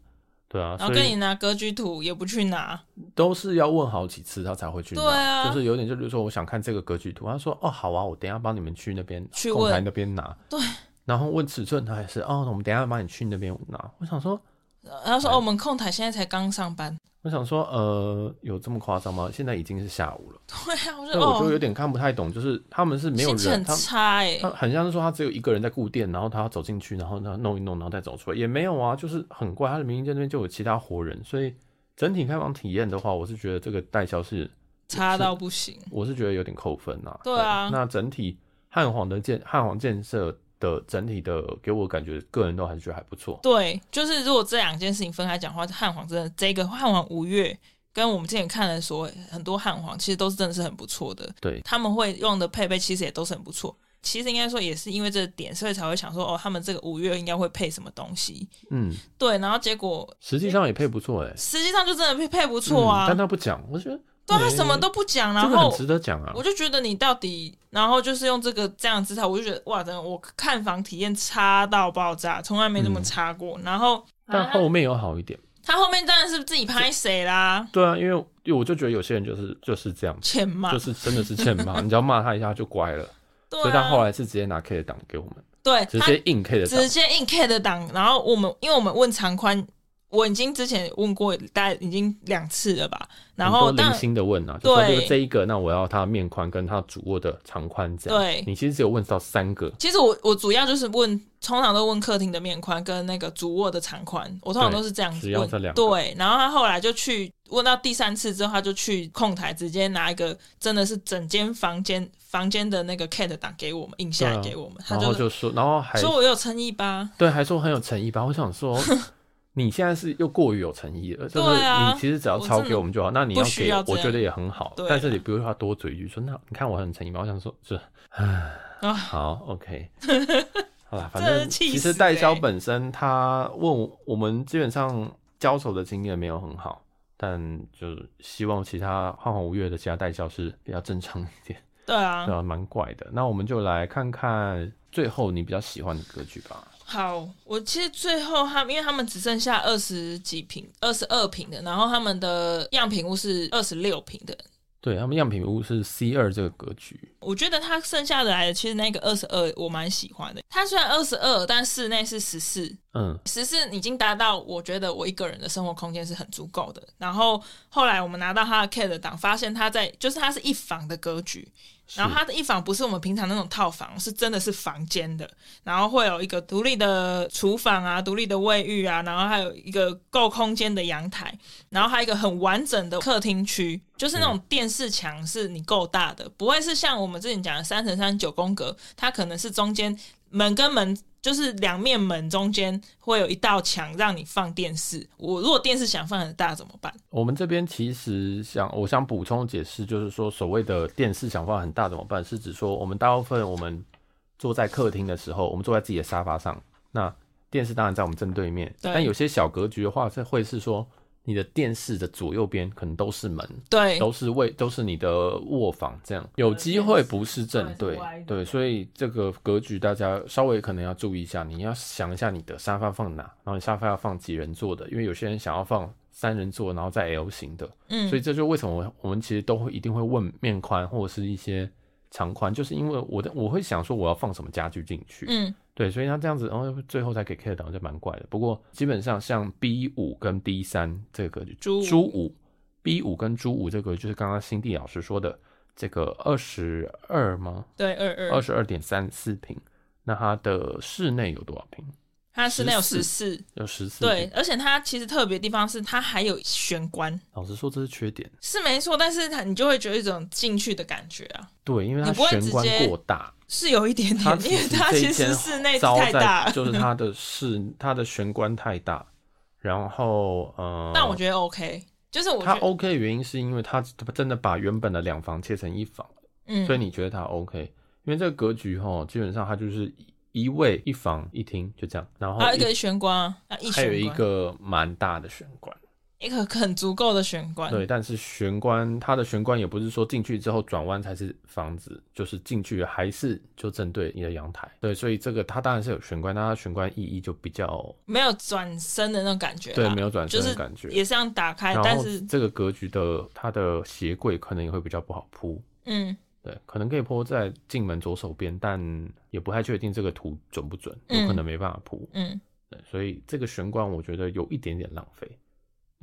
S1: 对啊，
S2: 然后
S1: 所
S2: 跟你
S1: 以
S2: 拿格局图也不去拿，
S1: 都是要问好几次他才会去拿，
S2: 对啊
S1: 就是有点就是说我想看这个格局图，他说哦好啊，我等一下帮你们去那边
S2: 去
S1: 控
S2: 问
S1: 台那边拿，
S2: 对，
S1: 然后问尺寸他也是哦，我们等一下帮你去那边拿，我想说。
S2: 然
S1: 哎
S2: 后说哦，我们控台现在才刚上班，
S1: 我想说，呃，有这么夸张吗？现在已经是下午了。
S2: 对啊，我
S1: 对，
S2: 说
S1: 我就
S2: 哦，
S1: 有点看不太懂，就是他们是没有
S2: 心情
S1: 人，
S2: 很
S1: 他
S2: 差哎
S1: 他，很像是说他只有一个人在顾店，然后他要走进去，然后他弄一弄，然后再走出来，也没有啊，就是很怪。他的民营店那边就有其他活人，所以整体开放体验的话，我是觉得这个代销是，
S2: 差到不行，
S1: 我是觉得有点扣分啊。
S2: 对啊
S1: 那整体汉皇的建汉皇建设的整体的给我感觉，个人都还是觉得还不错。
S2: 对，就是如果这两件事情分开讲的话，汉皇真的这个汉皇五月跟我们之前看的所很多汉皇，其实都是真的是很不错的，
S1: 对，
S2: 他们会用的配备其实也都是很不错。其实应该说也是因为这个点，所以才会想说哦，他们这个五月应该会配什么东西。
S1: 嗯，
S2: 对，然后结果
S1: 实际上也配不错哎、欸。
S2: 实际上就真的配配不错啊，
S1: 嗯但他不讲，我觉得
S2: 对啊他
S1: 欸
S2: 什么都不讲，然
S1: 这个
S2: 后
S1: 很值得讲啊
S2: 我。就觉得你到底，然后就是用这个这样的姿态，我就觉得哇，真的我看房体验差到爆炸，从来没
S1: 嗯
S2: 那么差过。然后
S1: 但后面有好一点。
S2: 他后面当然是自己拍谁啦，
S1: 对啊，因为因为我就觉得有些人就是就是这样，
S2: 欠骂，
S1: 就是真的是欠骂， 你只要骂他一下他就乖了。
S2: 对、啊，
S1: 所以他后来是直接拿 K 的档给我们，
S2: 对
S1: 直
S2: 他
S1: 接硬 K 的档
S2: 直。接硬 K 的档，然后我们因为我们问长宽，我已经之前问过，大概已经两次了吧，然后
S1: 很多
S2: 但
S1: 零星的问啊，就说
S2: 对
S1: 这个这一个，那我要他面宽跟他主卧的长宽这样。
S2: 对
S1: 你其实只有问到三个，
S2: 其实我我主要就是问，通常都问客厅的面宽跟那个主卧的长宽，我通常都是这样
S1: 对
S2: 子
S1: 只要
S2: 问。
S1: 这两个
S2: 对，然后他后来就去问到第三次之后，他就去控台直接拿一个真的是整间房间房间的那个 cat 档给我们印下来
S1: 对啊
S2: 给我们，他
S1: 然后
S2: 就
S1: 就说，然后还
S2: 说我有诚意吧，
S1: 对还说很有诚意吧。我想 说，你现在是又过于有诚意了，就是
S2: 对啊
S1: 你其实只要
S2: 我
S1: 超
S2: 真的
S1: 给我们就好。那你
S2: 不需
S1: 给
S2: 要，
S1: 我
S2: 这
S1: 觉得
S2: 样
S1: 也很好
S2: 对，
S1: 但
S2: 啊
S1: 是你不用要多嘴一句说，那你看我很诚意吧。我想说，是。
S2: 啊，
S1: 好，OK，好啦，反
S2: 真的
S1: 正
S2: 气
S1: 其实
S2: 死
S1: 代销
S2: 欸
S1: 本身他问我我们基本上交手的经验没有很好，但就是希望其他浩浩无月的其他代销是比较正常一点，
S2: 对啊，
S1: 对啊，蛮怪的。那我们就来看看最后你比较喜欢的歌曲吧。
S2: 好，我其实最后他们，因为他们只剩下二十几平、二十二平的，然后他们的样品屋是二十六平的，
S1: 对他们样品屋是 C 二这个格局，
S2: 我觉得它剩下的来的，其实那个二十二我蛮喜欢的。它虽然二十二，但室内是十四，
S1: 嗯，
S2: 十四已经达到我觉得我一个人的生活空间是很足够的。然后后来我们拿到它的 K 的档，发现它在就是它是一房的格局，
S1: 是
S2: 然后它的一房不是我们平常那种套房，是真的是房间的，然后会有一个独立的厨房啊、独立的卫浴啊，然后还有一个够空间的阳台，然后还有一个很完整的客厅区，就是那种电视墙是你够大的，不会是像我们之前讲的三乘三九宫格，它可能是中间门跟门。就是两面门中间会有一道墙让你放电视，我如果电视想放很大怎么办？
S1: 我们这边其实想，我想补充解释，就是说所谓的电视想法很大怎么办，是指说我们大部分我们坐在客厅的时候，我们坐在自己的沙发上，那电视当然在我们正对面，
S2: 对
S1: 但有些小格局的话，这会是说你的电视的左右边可能都是门，
S2: 对，
S1: 都是位，都是你的卧房这样，有机会不是正对，对，所以这个格局大家稍微可能要注意一下，你要想一下你的沙发放哪，然后你沙发要放几人座的，因为有些人想要放三人座，然后再 L 型的，
S2: 嗯
S1: 所以这就为什么我我们其实都会一定会问面宽或者是一些长宽，就是因为我的我会想说我要放什么家具进去，
S2: 嗯，
S1: 对，所以他这样子，然、后最后才给 K 的档就蛮怪的。不过基本上像 B 五跟 D 三这个格局，
S2: 猪五
S1: 猪五 B 五跟猪五这个就是刚刚辛蒂老师说的这个二十二吗？
S2: 对，二二
S1: 二十二点三四平，那它的室内有多少平？
S2: 它室内有
S1: 14
S2: 十四，
S1: 有十四。
S2: 对，，而且它其实特别的地方是它还有玄关，
S1: 老实说这是缺点。
S2: 是没错，但是它你就会觉得一种进去的感觉啊，
S1: 对，因为它
S2: 你不会
S1: 玄
S2: 直
S1: 关
S2: 接
S1: 过 大，
S2: 是有一点
S1: 它
S2: 点，
S1: 其
S2: 因为
S1: 实
S2: 它
S1: 这一
S2: 其实
S1: 间
S2: 室内
S1: 糟
S2: 太
S1: 在
S2: 大了，
S1: 就是它的室它的玄关太大，然后呃，
S2: 但我觉得 OK，就是我
S1: 它
S2: 觉得，
S1: OK 的原因是因为它真的把原本的两房切成一房，
S2: 嗯，
S1: 所以你觉得它 OK？因为这个格局哈，基本上它就是一卫一房一厅就这样，然后
S2: 还有一
S1: 一
S2: 个玄关啊，啊一
S1: 还
S2: 玄
S1: 有
S2: 关，
S1: 一个蛮大的玄关，
S2: 一个很足够的玄关，
S1: 对，但是玄关它的玄关也不是说进去之后转弯才是房子，就是进去还是就正对你的阳台，对，所以这个它当然是有玄关，但它玄关意义就比较
S2: 没有转身的那种感觉啦，
S1: 对，没有转身
S2: 就
S1: 的
S2: 是
S1: 感觉。
S2: 也是这样打开，
S1: 然
S2: 但
S1: 后
S2: 是
S1: 这个格局的它的鞋柜可能也会比较不好铺，
S2: 嗯，
S1: 对，可能可以铺在进门左手边，但也不太确定这个图准不准，有可能没办法铺。
S2: 嗯，
S1: 对，所以这个玄关我觉得有一点点浪费。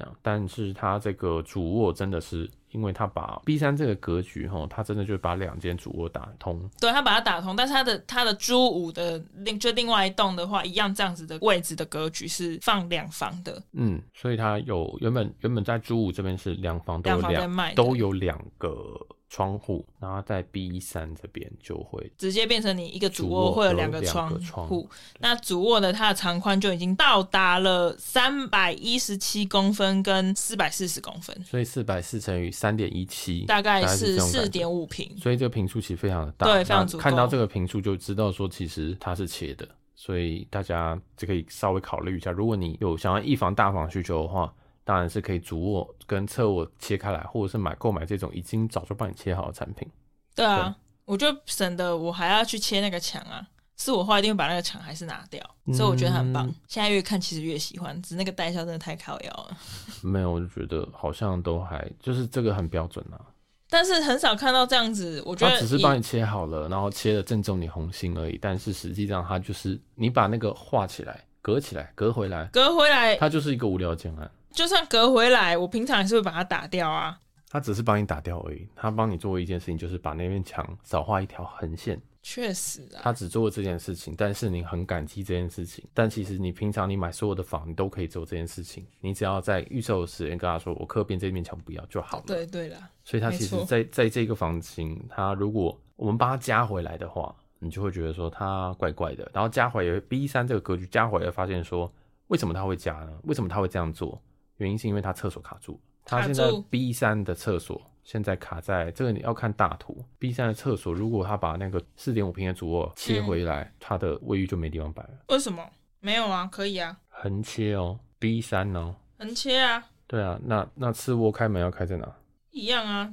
S1: 啊，但是它这个主卧真的是，因为它把 B 三这个格局哈，它真的就把两间主卧打通。
S2: 对他把它打通，但是他的他的租屋的另就另外一栋的话，一样这样子的位置的格局是放两房的，
S1: 嗯，所以它有原本原本在主屋这边是两房都有
S2: 两房在
S1: 两
S2: 卖的
S1: 都有两个窗户，然后在 B 三这边就会
S2: 直接变成你一个主
S1: 主
S2: 卧
S1: 卧
S2: 会有
S1: 有
S2: 两个
S1: 两
S2: 窗
S1: 个窗
S2: 户。那主卧的它的长宽就已经到达了三百一十七公分跟四百四十公分，
S1: 所以四百四乘以三点一七，
S2: 大概
S1: 是
S2: 是四
S1: 五，
S2: 点五平。
S1: 所以这个平数其实非常的大，
S2: 对非常
S1: 那
S2: 足够
S1: 看到这个平数就知道说，其实它是切的，所以大家就可以稍微考虑一下，如果你有想要一房大房需求的话，当然是可以主卧跟侧卧切开来，或者是买购买这种已经早就帮你切好的产品。
S2: 对啊，我就省得我还要去切那个墙啊。是我的话，一定会把那个墙还是拿掉，所以我觉得很棒
S1: 嗯。
S2: 现在越看其实越喜欢，只是那个代销真的太靠腰了。
S1: 没有，我就觉得好像都还就是这个很标准啊，
S2: 但是很少看到这样子，我觉
S1: 它
S2: 得
S1: 只是
S2: 以
S1: 帮你切好了，然后切的正中你红心而已，但是实际上它就是你把那个画起来、隔起来、隔回来，
S2: 隔回来，
S1: 它就是一个无聊建案。
S2: 就算隔回来，我平常也是会把它打掉啊。
S1: 他只是帮你打掉而已，他帮你做一件事情，就是把那面墙少画一条横线。
S2: 确实啊，
S1: 他只做这件事情，但是你很感激这件事情。但其实你平常你买所有的房，你都可以做这件事情。你只要在预售的时间跟他说，我客变这面墙不要就好了。，
S2: 对对啦，
S1: 所以他其
S2: 没
S1: 实
S2: 错
S1: 在在这个房型，他如果我们帮他加回来的话，你就会觉得说他怪怪的。然后加回来 B 三这个格局加回来，发现说为什么他会加呢？为什么他会这样做？原因是因为他厕所卡住，他
S2: 卡
S1: 现
S2: 住
S1: 在 B 三的厕所现在卡在这个你要看大图，B 三的厕所如果他把那个四点五平的主卧切
S2: 嗯
S1: 回来，他的卫浴就没地方摆了，
S2: 为什么没有啊？可以啊，
S1: 横切哦，B 三哦，
S2: 横切啊，
S1: 对啊，那那次卧开门要开在哪？
S2: 一样啊。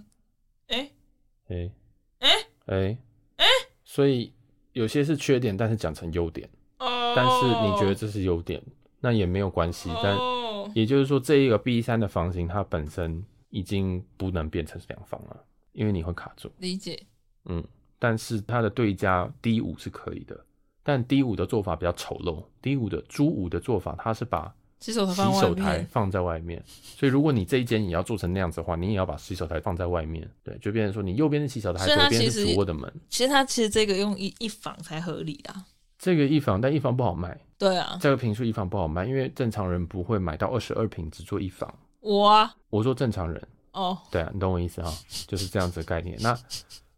S2: 哎，
S1: 哎
S2: 哎
S1: 哎
S2: 哎
S1: 所以有些是缺点，但是讲成优点，
S2: 哦，
S1: 但是你觉得这是优点，那也没有关系。但
S2: 哦，
S1: 也就是说，这一个 B 三的房型它本身已经不能变成两房了，因为你会卡住。
S2: 理解，
S1: 嗯，但是它的对家 D 五是可以的，但 D 五的做法比较丑陋。D 五的猪五的做法，它是把
S2: 洗手台
S1: 洗
S2: 放外
S1: 手台
S2: 面，
S1: 放在外面，所以如果你这一间也要做成那样子的话，你也要把洗手台放在外面，对，就变成说你右边是洗手台，
S2: 所以
S1: 左
S2: 它
S1: 边
S2: 其
S1: 是
S2: 实
S1: 主卧的门。
S2: 其实它其实这个用一一房才合理啦。
S1: 这个一房，但一房不好卖，
S2: 对啊，
S1: 这个平数一房不好卖，因为正常人不会买到二十二平只做一房。
S2: 我啊，
S1: 我说正常人，
S2: 哦，
S1: 对啊，你懂我意思啊，就是这样子的概念。那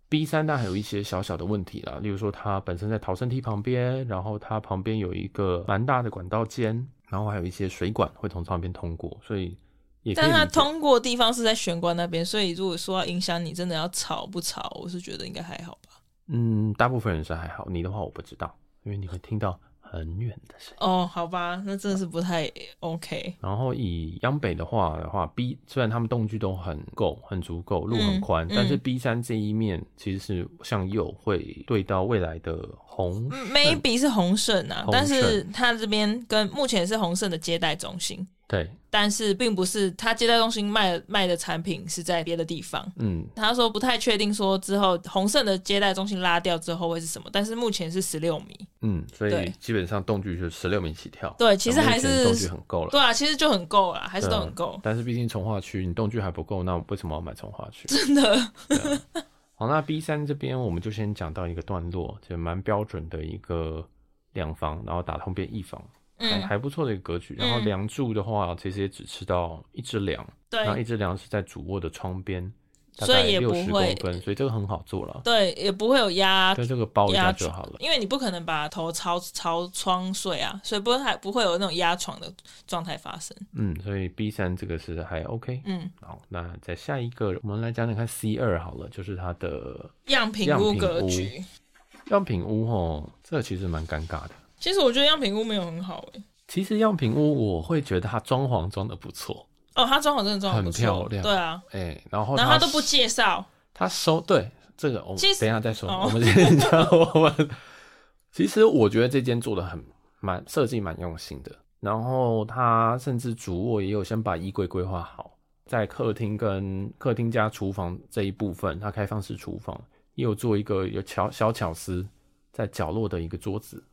S1: B 三它还有一些小小的问题啦，例如说它本身在逃生梯旁边，然后它旁边有一个蛮大的管道间，然后还有一些水管会从上边通过，所以也可以
S2: 但它
S1: 理解
S2: 通过的地方是在玄关那边，所以如果说要影响你，真的要吵不吵，我是觉得应该还好吧。
S1: 嗯，大部分人是还好，你的话我不知道，因为你会听到很远的声音。
S2: 哦，好吧，那真的是不太 OK。
S1: 然后以央北的话的话，B 虽然他们动距都很够、很足够，路很宽，
S2: 嗯
S1: 但是
S2: 嗯
S1: B 三这一面其实是向右会对到未来的红
S2: 嗯
S1: 顺
S2: Maybe 是红盛啊，
S1: 红盛
S2: 但是它这边跟目前是红盛的接待中心，
S1: 对，
S2: 但是并不是它接待中心卖卖的产品是在别的地方。
S1: 嗯，
S2: 他说不太确定，说之后红盛的接待中心拉掉之后会是什么，但是目前是十六米。
S1: 嗯，所以
S2: 对
S1: 基本上动距就是十六米起跳。
S2: 对其实
S1: 那目
S2: 还
S1: 前
S2: 是
S1: 动距很够了，
S2: 对啊，其实就很够了，还是
S1: 对
S2: 都
S1: 啊
S2: 很够。
S1: 但是毕竟从化区你动距还不够，那为什么要买从化 区？
S2: 真的，
S1: 好，那 B 三这边我们就先讲到一个段落，就蛮标准的一个两房，然后打通变一房，还
S2: 嗯，
S1: 还不错的一个格局。然后
S2: 嗯
S1: 梁柱的话，其实也只吃到一只梁，然后一
S2: 对，
S1: 只梁是在主卧的窗边，大
S2: 所
S1: 概
S2: 以也
S1: 六
S2: 不
S1: 十
S2: 会
S1: 公分，所以这个很好做了，
S2: 对，也不会有压
S1: 就这个包一下
S2: 压
S1: 就
S2: 床
S1: 好了。
S2: 因为你不可能把头朝朝窗睡啊，所以不会还不会有那种压床的状态发生。
S1: 嗯，所以 B 三这个是还 OK。
S2: 嗯，
S1: 好，那在下一个，我们来讲讲看 C 二好了，就是它的
S2: 样品
S1: 样
S2: 屋
S1: 品
S2: 格
S1: 屋
S2: 局，
S1: 样品屋哦，这其实蛮尴尬的。
S2: 其实我觉得样品屋没有很好欸诶、
S1: 其实样品屋我会觉得它装潢装的不错，
S2: 哦，他装潢真的装潢
S1: 很
S2: 不错，
S1: 漂亮
S2: 对啊，
S1: 哎、然后
S2: 然后
S1: 它
S2: 他都不介绍，
S1: 他收对这个，我们
S2: 其实
S1: 等一下再说。
S2: 哦
S1: 我们 先讲我们。其实我觉得这间做的很蛮设计蛮用心的，然后他甚至主卧也有先把衣柜规划好，在客厅跟客厅加厨房这一部分，它开放式厨房也有做一个有巧小巧思在角落的一个桌子，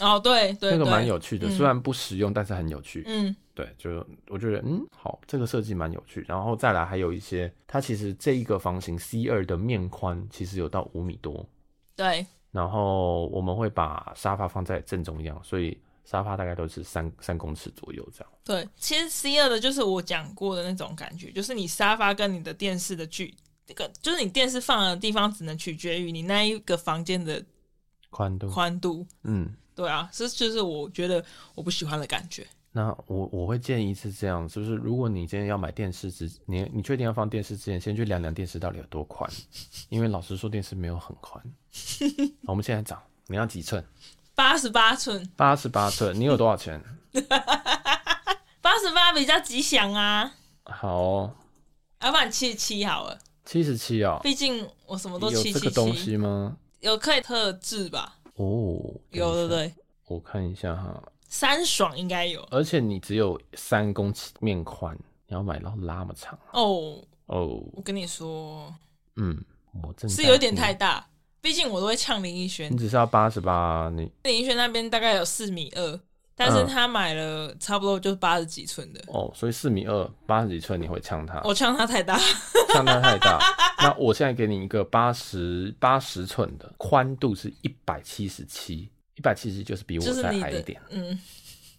S2: 哦，对对
S1: 那
S2: 对，
S1: 个蛮有趣的，
S2: 嗯
S1: 虽然不实用，但是很有趣。
S2: 嗯
S1: 对，就是我觉得嗯，好，这个设计蛮有趣。然后再来还有一些，它其实这一个房型 C 二的面宽其实有到五米多，
S2: 对，
S1: 然后我们会把沙发放在正中央，所以沙发大概都是三三公尺左右这样。
S2: 对，其实 C 二的就是我讲过的那种感觉，就是你沙发跟你的电视的距，这个就是你电视放的地方只能取决于你那一个房间的
S1: 宽度，
S2: 宽度。
S1: 嗯，
S2: 对啊，这就是我觉得我不喜欢的感觉。
S1: 那我我会建议是这样，就是如果你今天要买电视之，你你确定要放电视之前，先去量量电视到底有多宽，因为老实说电视没有很 宽。好我们现在讲，你要几寸？
S2: 八十八寸，
S1: 八十八寸，你有多少钱？
S2: 八十八比较吉祥啊，
S1: 好哦、
S2: 要不然七十七好了，
S1: 七十七啊，
S2: 毕竟我什么都
S1: 有
S2: 七
S1: 这个
S2: 七
S1: 东
S2: 七，
S1: 西吗？
S2: 有可以特制吧？
S1: 哦，等一下，
S2: 有对不对？
S1: 我看一下哈。
S2: 三爽应该有
S1: 而且你只有三公尺面宽，你要买到那么长
S2: 哦。
S1: 哦。
S2: 我跟你说，
S1: 嗯，我正
S2: 是
S1: 在
S2: 有点
S1: 听
S2: 太。大，毕竟我都会呛林奕轩
S1: 你，只是要八十八，你
S2: 林奕轩那边大概有四米二，但是
S1: 嗯
S2: 他买了差不多就八十几寸的，
S1: 哦，所以四米二八十几寸你会呛它，
S2: 我呛他太大，
S1: 呛它太大。 那我现在给你一个八十八十寸的，宽度是一百七十七，一百七十就是比我
S2: 就是
S1: 再
S2: 你
S1: 矮一
S2: 的
S1: 点，，
S2: 嗯，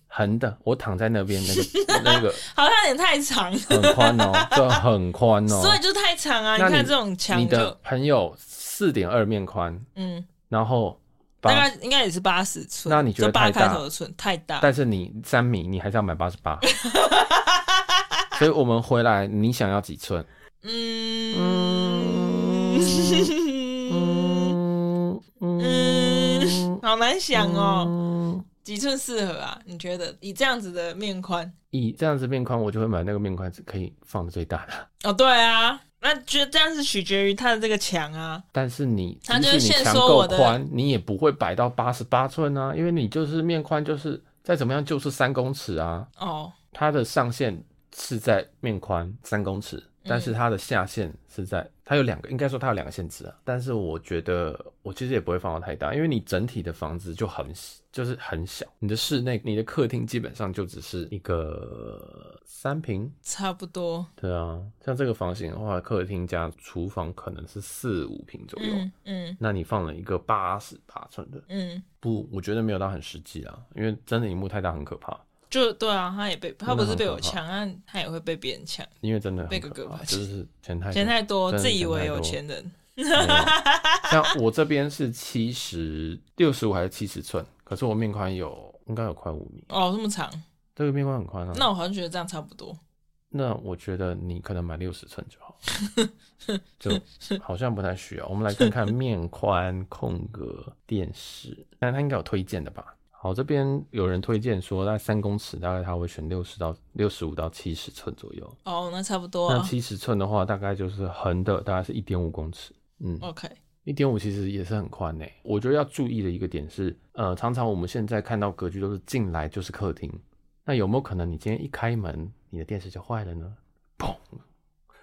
S1: 横的。我躺在那边那个 那个
S2: 好像有点太长，
S1: 很宽哦，这很宽哦。
S2: 所以就太长啊。你
S1: 那
S2: 看
S1: 你
S2: 这种
S1: 你
S2: 墙
S1: 的
S2: 就，
S1: 朋友四点二面宽，
S2: 嗯，
S1: 然后
S2: 大
S1: 八，
S2: 概应该也是八十寸，
S1: 那你觉得
S2: 就八
S1: 太大
S2: 开头的寸太大？
S1: 但是你三米，你还是要买八十 八。所以我们回来，你想要几寸？ 嗯
S2: 嗯 嗯
S1: 嗯
S2: 嗯，好难想哦，
S1: 哦。
S2: 几寸适合啊？你觉得以这样子的面宽？
S1: 以这样子面宽，我就会买那个面宽是可以放的最大的。
S2: 哦，对啊，那觉这样是取决于他的这个墙啊。
S1: 但是你，
S2: 他
S1: 即
S2: 就
S1: 使
S2: 是
S1: 你
S2: 限
S1: 墙
S2: 缩
S1: 够
S2: 我的
S1: 宽，你也不会摆到八十八寸啊，因为你就是面宽就是再怎么样就是三公尺啊。
S2: 哦，
S1: 它的上限是在面宽三公尺，
S2: 嗯
S1: 但是它的下限是在，它有两个，应该说它有两个限制啊。但是我觉得呃我其实也不会放到太大，因为你整体的房子就很小就是很小，你的室内、你的客厅基本上就只是一个三平。
S2: 差不多。
S1: 对啊，像这个房型的话，客厅加厨房可能是四五平左右。
S2: 嗯嗯
S1: 那你放了一个八十八寸的，
S2: 嗯，
S1: 不，我觉得没有到很实际啊，因为真的荧幕太大很可怕。
S2: 就对啊，他也被他
S1: 真的
S2: 不是
S1: 很
S2: 被
S1: 可
S2: 我
S1: 怕
S2: 抢，他他也会被别人抢，
S1: 因为真的
S2: 被
S1: 很
S2: 哥
S1: 可
S2: 哥
S1: 怕，
S2: 吧
S1: 就是钱太
S2: 钱太多，
S1: 真的
S2: 自以
S1: 钱
S2: 为
S1: 太
S2: 有
S1: 多
S2: 钱人。
S1: 没有 像我这边是七十六十五还是七十寸，可是我面宽有应该有快五米，
S2: 哦，这么长，
S1: 这个面宽很宽啊。
S2: 那我好像觉得这样差不多。
S1: 那我觉得你可能买六十寸就好， 就好像不太需要。我们来看看面宽空格电视，但它应该有推荐的吧？好，这边有人推荐说，那三公尺大概他会选六十到六十五到七十寸左右。
S2: 哦，那差不多
S1: 那
S2: 啊。
S1: 七十寸的话，大概就是横的，大概是一点五公尺。嗯，
S2: OK，
S1: 一点五其实也是很宽呢、我觉得要注意的一个点是，呃，常常我们现在看到格局都是进来就是客厅，那有没有可能你今天一开门，你的电视就坏了呢？砰！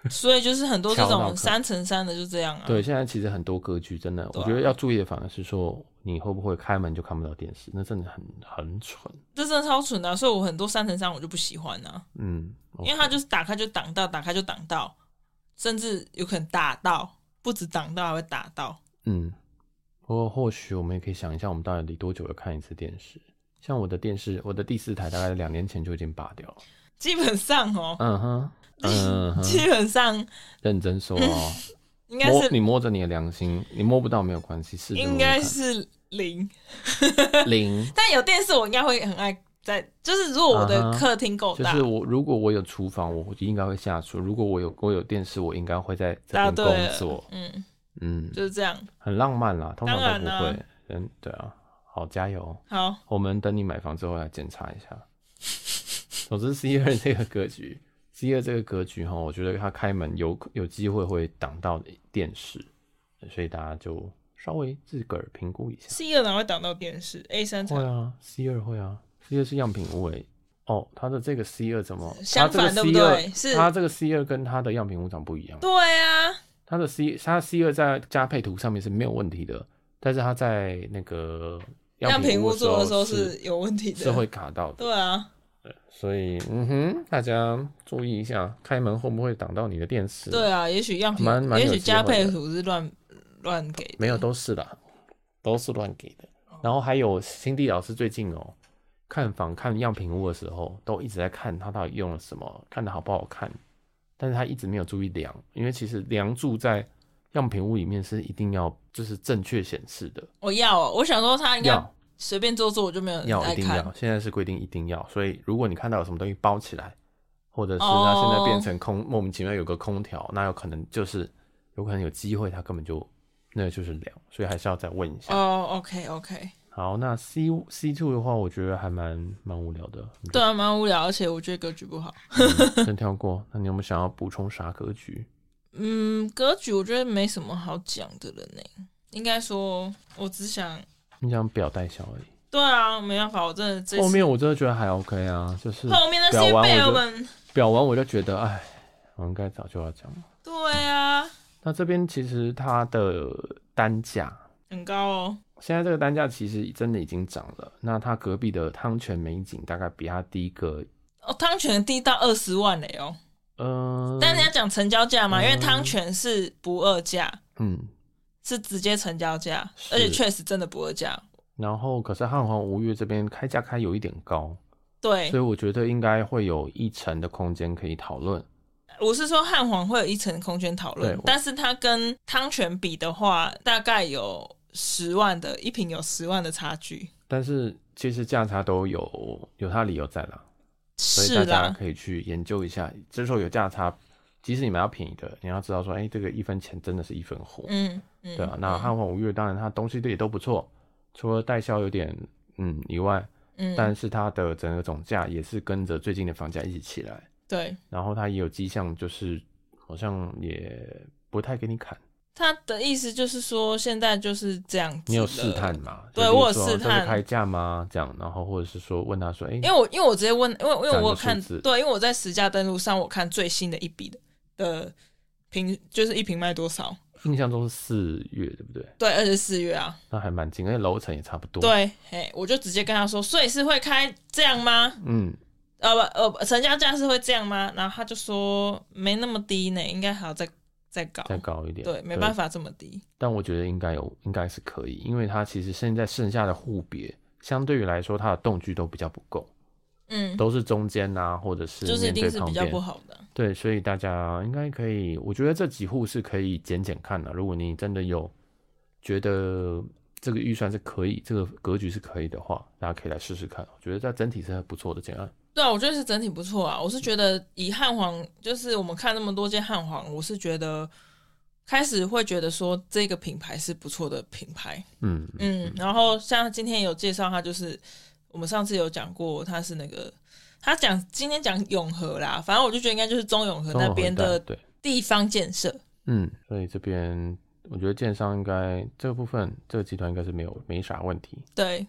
S2: 所以就是很多 这
S1: 敲到
S2: 种
S1: 可
S2: 三乘三的就这样啊。
S1: 对，，现在其实很多格局真的，
S2: 对
S1: 我
S2: 啊
S1: 觉得要注意的反而是说，你会不会开门就看不到电视，那真的很很蠢。
S2: 这真的超蠢的啊、所以我很多三乘三我就不喜欢啊，
S1: 嗯，
S2: 因为它就是打开就挡到，打开就挡到，甚至有可能打到，不止挡到还会打到。
S1: 嗯，不过或许我们也可以想一下，我们到底离多久要看一次电视？像我的电视，我的第四台大概两年前就已经拔掉了。
S2: 基本上哦，
S1: 嗯哼，嗯，哼
S2: 基本上
S1: 认真说哦，
S2: 应该
S1: 摸
S2: 是
S1: 你摸着你的良心，你摸不到没有关系，试着摸
S2: 应
S1: 摸
S2: 该
S1: 看
S2: 是零，
S1: 零。
S2: 但有电视我应该会很爱在，就是如果我
S1: 啊
S2: 的
S1: 哈
S2: 客厅够
S1: 就
S2: 大，
S1: 是我，如果我有厨房，我应该会下厨；如果我有我有电视，我应该会在这边
S2: 答啊对
S1: 工
S2: 了
S1: 作，。
S2: 嗯，
S1: 嗯，
S2: 就是这样。
S1: 很浪漫啦，通常
S2: 当
S1: 都
S2: 然啊
S1: 不
S2: 啦
S1: 会。嗯，对啊，好加油！
S2: 好，
S1: 我们等你买房之后来检查一下。 总之，C 二这个格局，C 二这个格局哈，我觉得它开门有有机会会挡到电视，所以大家就稍微自个儿评估一下。
S2: C 二哪会挡到电视？A 三才
S1: 会啊，C 二会啊，C 二是样品屋诶。哦，它的这个 C 二怎么？
S2: 相反
S1: 它这
S2: 对
S1: 个 C
S2: 不
S1: 二，
S2: 对是
S1: 它这个 C 二跟它的样品屋长不一样。
S2: 对啊，
S1: 它的 C 它 C 二在加配图上面是没有问题的，但是它在那个
S2: 样
S1: 品
S2: 品屋做的时
S1: 时
S2: 候
S1: 是
S2: 是有问题
S1: 是
S2: 的。
S1: 会卡到的。
S2: 对啊，
S1: 所以，嗯哼，大家注意一下，开门会不会挡到你的电视？
S2: 对啊，也许样品
S1: 蛮，蛮有
S2: 也许
S1: 机
S2: 加
S1: 会的
S2: 配图是乱乱给的，
S1: 没有，都是啦，都是乱给的。然后还有新地老师最近哦，看房看样品屋的时候，都一直在看他到底用了什么，看的好不好看。但是他一直没有注意梁，因为其实梁柱在样品屋里面是一定要就是正确显示的，
S2: 我要哦，我想说他应该
S1: 要
S2: 随便做做，我就没有人
S1: 要
S2: 爱
S1: 一定
S2: 看
S1: 要，。现在是规定一定要。所以如果你看到有什么东西包起来，或者是
S2: 哦
S1: 它现在变成空，莫名其妙有个空调，那有可能就是有可能有机会，它根本就那就是梁，所以还是要再问一下。
S2: 哦，OK OK，
S1: 好，那 C C two 的话，我觉得还蛮蛮无聊的，你就
S2: 对啊，蛮无聊，而且我觉得格局不好。
S1: 先跳过。那你有没有想要补充啥格局？
S2: 嗯，格局我觉得没什么好讲的了呢。应该说，我只想，
S1: 你想表带小而已。
S2: 对啊，没办法，我真的这次
S1: 后面我真的觉得还 OK 啊，就是
S2: 后面那
S1: 表
S2: 些
S1: 完
S2: 贝
S1: 我
S2: 尔
S1: 就
S2: 们，
S1: 表完我就觉得，哎，我应该早就要讲了。
S2: 对啊，
S1: 那这边其实它的单价，
S2: 很高哦。
S1: 现在这个单价其实真的已经涨了。那它隔壁的汤泉美景大概比它低个，
S2: 哦，汤泉低到二十万嘞哦，
S1: 嗯、
S2: 但你要讲成交价嘛，因为
S1: 嗯
S2: 汤泉是不二价，
S1: 嗯，
S2: 是直接成交价，
S1: 是
S2: 而且确实真的不二价。
S1: 然后可是汉皇吴越这边开价开有一点高，
S2: 对
S1: 所，以我觉得应该会有一层的空间可以讨论。
S2: 我是说汉皇会有一层空间讨
S1: 对
S2: 论
S1: 我，
S2: 但是它跟汤泉比的话，大概有十万的一瓶有十万的差距。
S1: 但是其实价差都有有它理由在啦，所以
S2: 是
S1: 大家
S2: 啦，
S1: 可以去研究一下。之所以有价差，即使你买到便宜的，你要知道说，哎、这个一分钱真的是一分货，
S2: 嗯嗯，
S1: 对啊。那汉皇五月当然它东西对也都不错，除了代销有点嗯以外，
S2: 嗯，
S1: 但是它的整个总价也是跟着最近的房价一起起来，
S2: 对
S1: 然后它也有迹象就是好像也不太给你砍。
S2: 他的意思就是说，现在就是这样子。
S1: 你有试探？嘛？
S2: 对
S1: 就例如
S2: 我有
S1: 说
S2: 试
S1: 这是
S2: 探
S1: 开价吗？这样，然后或者是说问他说，哎、
S2: 因为我因为我直接问，因为因
S1: 讲
S2: 为
S1: 一个
S2: 我有看
S1: 数字
S2: 对，因为我在实价登录上我看最新的一笔的的平，就是一瓶卖多少？
S1: 印象中是四月，对不对？
S2: 对，二十四月啊，
S1: 那还蛮近，而且楼层也差不多。，
S2: 对，哎，我就直接跟他说，所以是会开这样吗？
S1: 嗯，
S2: 呃不呃不，成交价是会这样吗？然后他就说没那么低呢，应该还要再再高。
S1: 再高一点。
S2: 对，没办。法这么低。
S1: 但我觉得应该有，应该是可以，因为它其实现在剩下的户别，相对于来说，它的动距都比较不够，
S2: 嗯，
S1: 都是中间呐、或者是
S2: 就是一
S1: 面
S2: 定
S1: 对
S2: 是
S1: 旁
S2: 比较
S1: 边。
S2: 不好的。
S1: 对，所以大家应该可以，我觉得这几户是可以减减看的。如果你真的有觉得这个预算是可以，这个格局是可以的话，大家可以来试试看。我觉得它整体是不错的建案。
S2: 对啊，我觉得是整体不错啊。我是觉得以汉皇，就是我们看那么多间汉皇，我是觉得开始会觉得说这个品牌是不错的品牌。
S1: 嗯，
S2: 嗯，然后像今天有介绍它，就是我们上次有讲过，它是那个他讲今天讲永和啦，反正我就觉得应该就是中永和
S1: 中
S2: 那
S1: 永
S2: 边
S1: 和带
S2: 的
S1: 对，
S2: 地方建设。
S1: 嗯，所以这边我觉得建商应该这个部分这个集团应该是没有没啥问题。
S2: 对，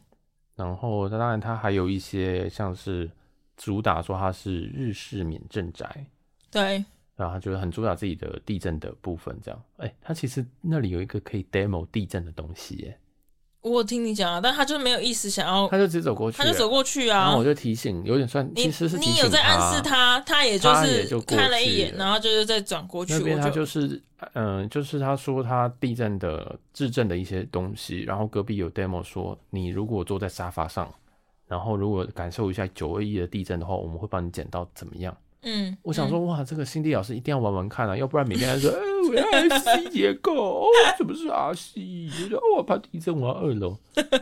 S1: 然后当然它还有一些像是主打说它是日式免震宅，
S2: 对，
S1: 然后他就是很主打自己的地震的部分，这样。哎、他其实那里有一个可以 demo 地震的东西耶，
S2: 我有听你讲啊，但他就是没有意思想要，
S1: 他就直接走过去
S2: 他
S1: 了，
S2: 哦就走过去
S1: 然
S2: 啊
S1: 后我。就提醒，有点算，
S2: 你
S1: 其实是提
S2: 你
S1: 醒
S2: 有在暗示
S1: 他，
S2: 他，他也就
S1: 他也
S2: 是
S1: 就过
S2: 看了一
S1: 去
S2: 眼，
S1: 了
S2: 然后就是再转过去。
S1: 那边
S2: 我
S1: 他就是，嗯、就是他说他地震的质证的一些东西，然后隔壁有 demo 说，你如果坐在沙发上，然后如果感受一下九二一的地震的话，我们会帮你捡到怎么样？
S2: 嗯，
S1: 我想
S2: 嗯
S1: 说，哇，这个心地老师一定要玩玩看啊，要不然每天 还说，哎，我要 RC 结构，哦，什么是 RC？我说，哦，我怕地震，我要二 楼。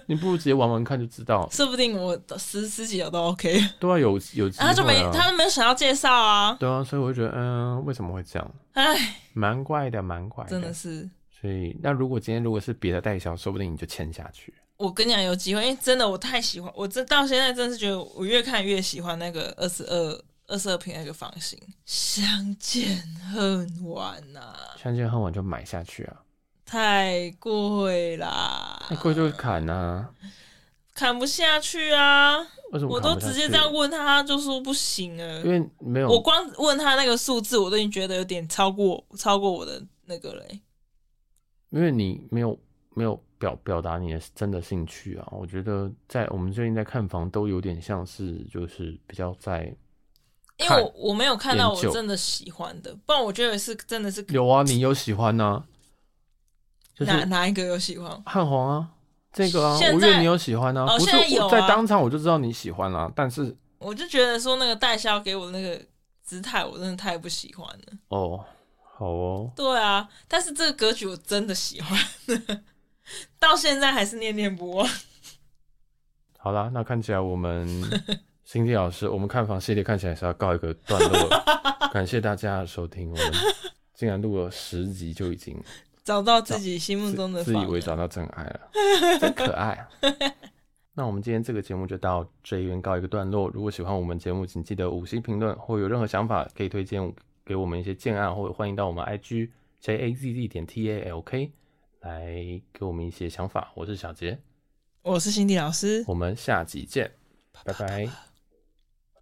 S1: 你不如直接玩玩看就知道。
S2: 嗯说不定我十十几有都 OK，
S1: 对啊，有有机会、
S2: 啊他
S1: 啊，
S2: 就没他们没有想要介绍啊，
S1: 对啊，所以我就觉得，嗯，为什么会这样？
S2: 唉，
S1: 蛮怪的，蛮怪
S2: 真的是。
S1: 所以，那如果今天如果是别的代销，说不定你就签下去。
S2: 我跟你讲，有机会，因为真的我太喜欢，我这到现在真的是觉得我越看越喜欢那个二十二二十二平那个房型，相见恨晚呐、
S1: 相见恨晚就买下去啊，
S2: 太贵啦，
S1: 那贵就砍啊。
S2: 砍不下去啊！
S1: 为什么
S2: 我
S1: 砍
S2: 都
S1: 不下
S2: 直接
S1: 去
S2: 这样，问他，他就说不行了
S1: 因。为没有
S2: 我光问他那个数字，我都已经觉得有点超过超过我的那个欸嘞、
S1: 因为你没有没有表表达你的真的兴趣啊。我觉得在我们最近在看房都有点像是就是比较在
S2: 因
S1: 看
S2: 为我我没有看到
S1: 研
S2: 我
S1: 究
S2: 真的喜欢的，不然我觉得是真的是
S1: 有啊，你有喜欢呢、就是
S2: 哪哪一个有喜欢？
S1: 汉皇啊，这个啊，
S2: 现
S1: 五
S2: 在
S1: 月你有喜欢啊，
S2: 哦
S1: 不是
S2: 现在有啊
S1: 我在当场我就知道你喜欢啦、但是
S2: 我就觉得说那个代销给我的那个姿态，我真的太不喜欢了。
S1: 哦，好哦，
S2: 对啊，但是这个格局我真的喜欢， 到现在还是念念不忘。
S1: 好啦，那看起来我 们新地老师，我们看房系列看起来是要告一个段落 了。感谢大家的收听，我们竟然录了十集就已经
S2: 找到自己心目
S1: 自
S2: 中的
S1: 自以
S2: 房
S1: 为
S2: 了，
S1: 找到真爱了，真可爱、啊。 那我们今天这个节目就到这边告一个段落。如果喜欢我们节目，请记得五星评论，或有任何想法可以推荐给我们一些建案，或者欢迎到我们 IG J A Z Z 点 T A L K 来给我们一些想法。我是小杰，
S2: 我是辛迪老师，
S1: 我们下集见，拜拜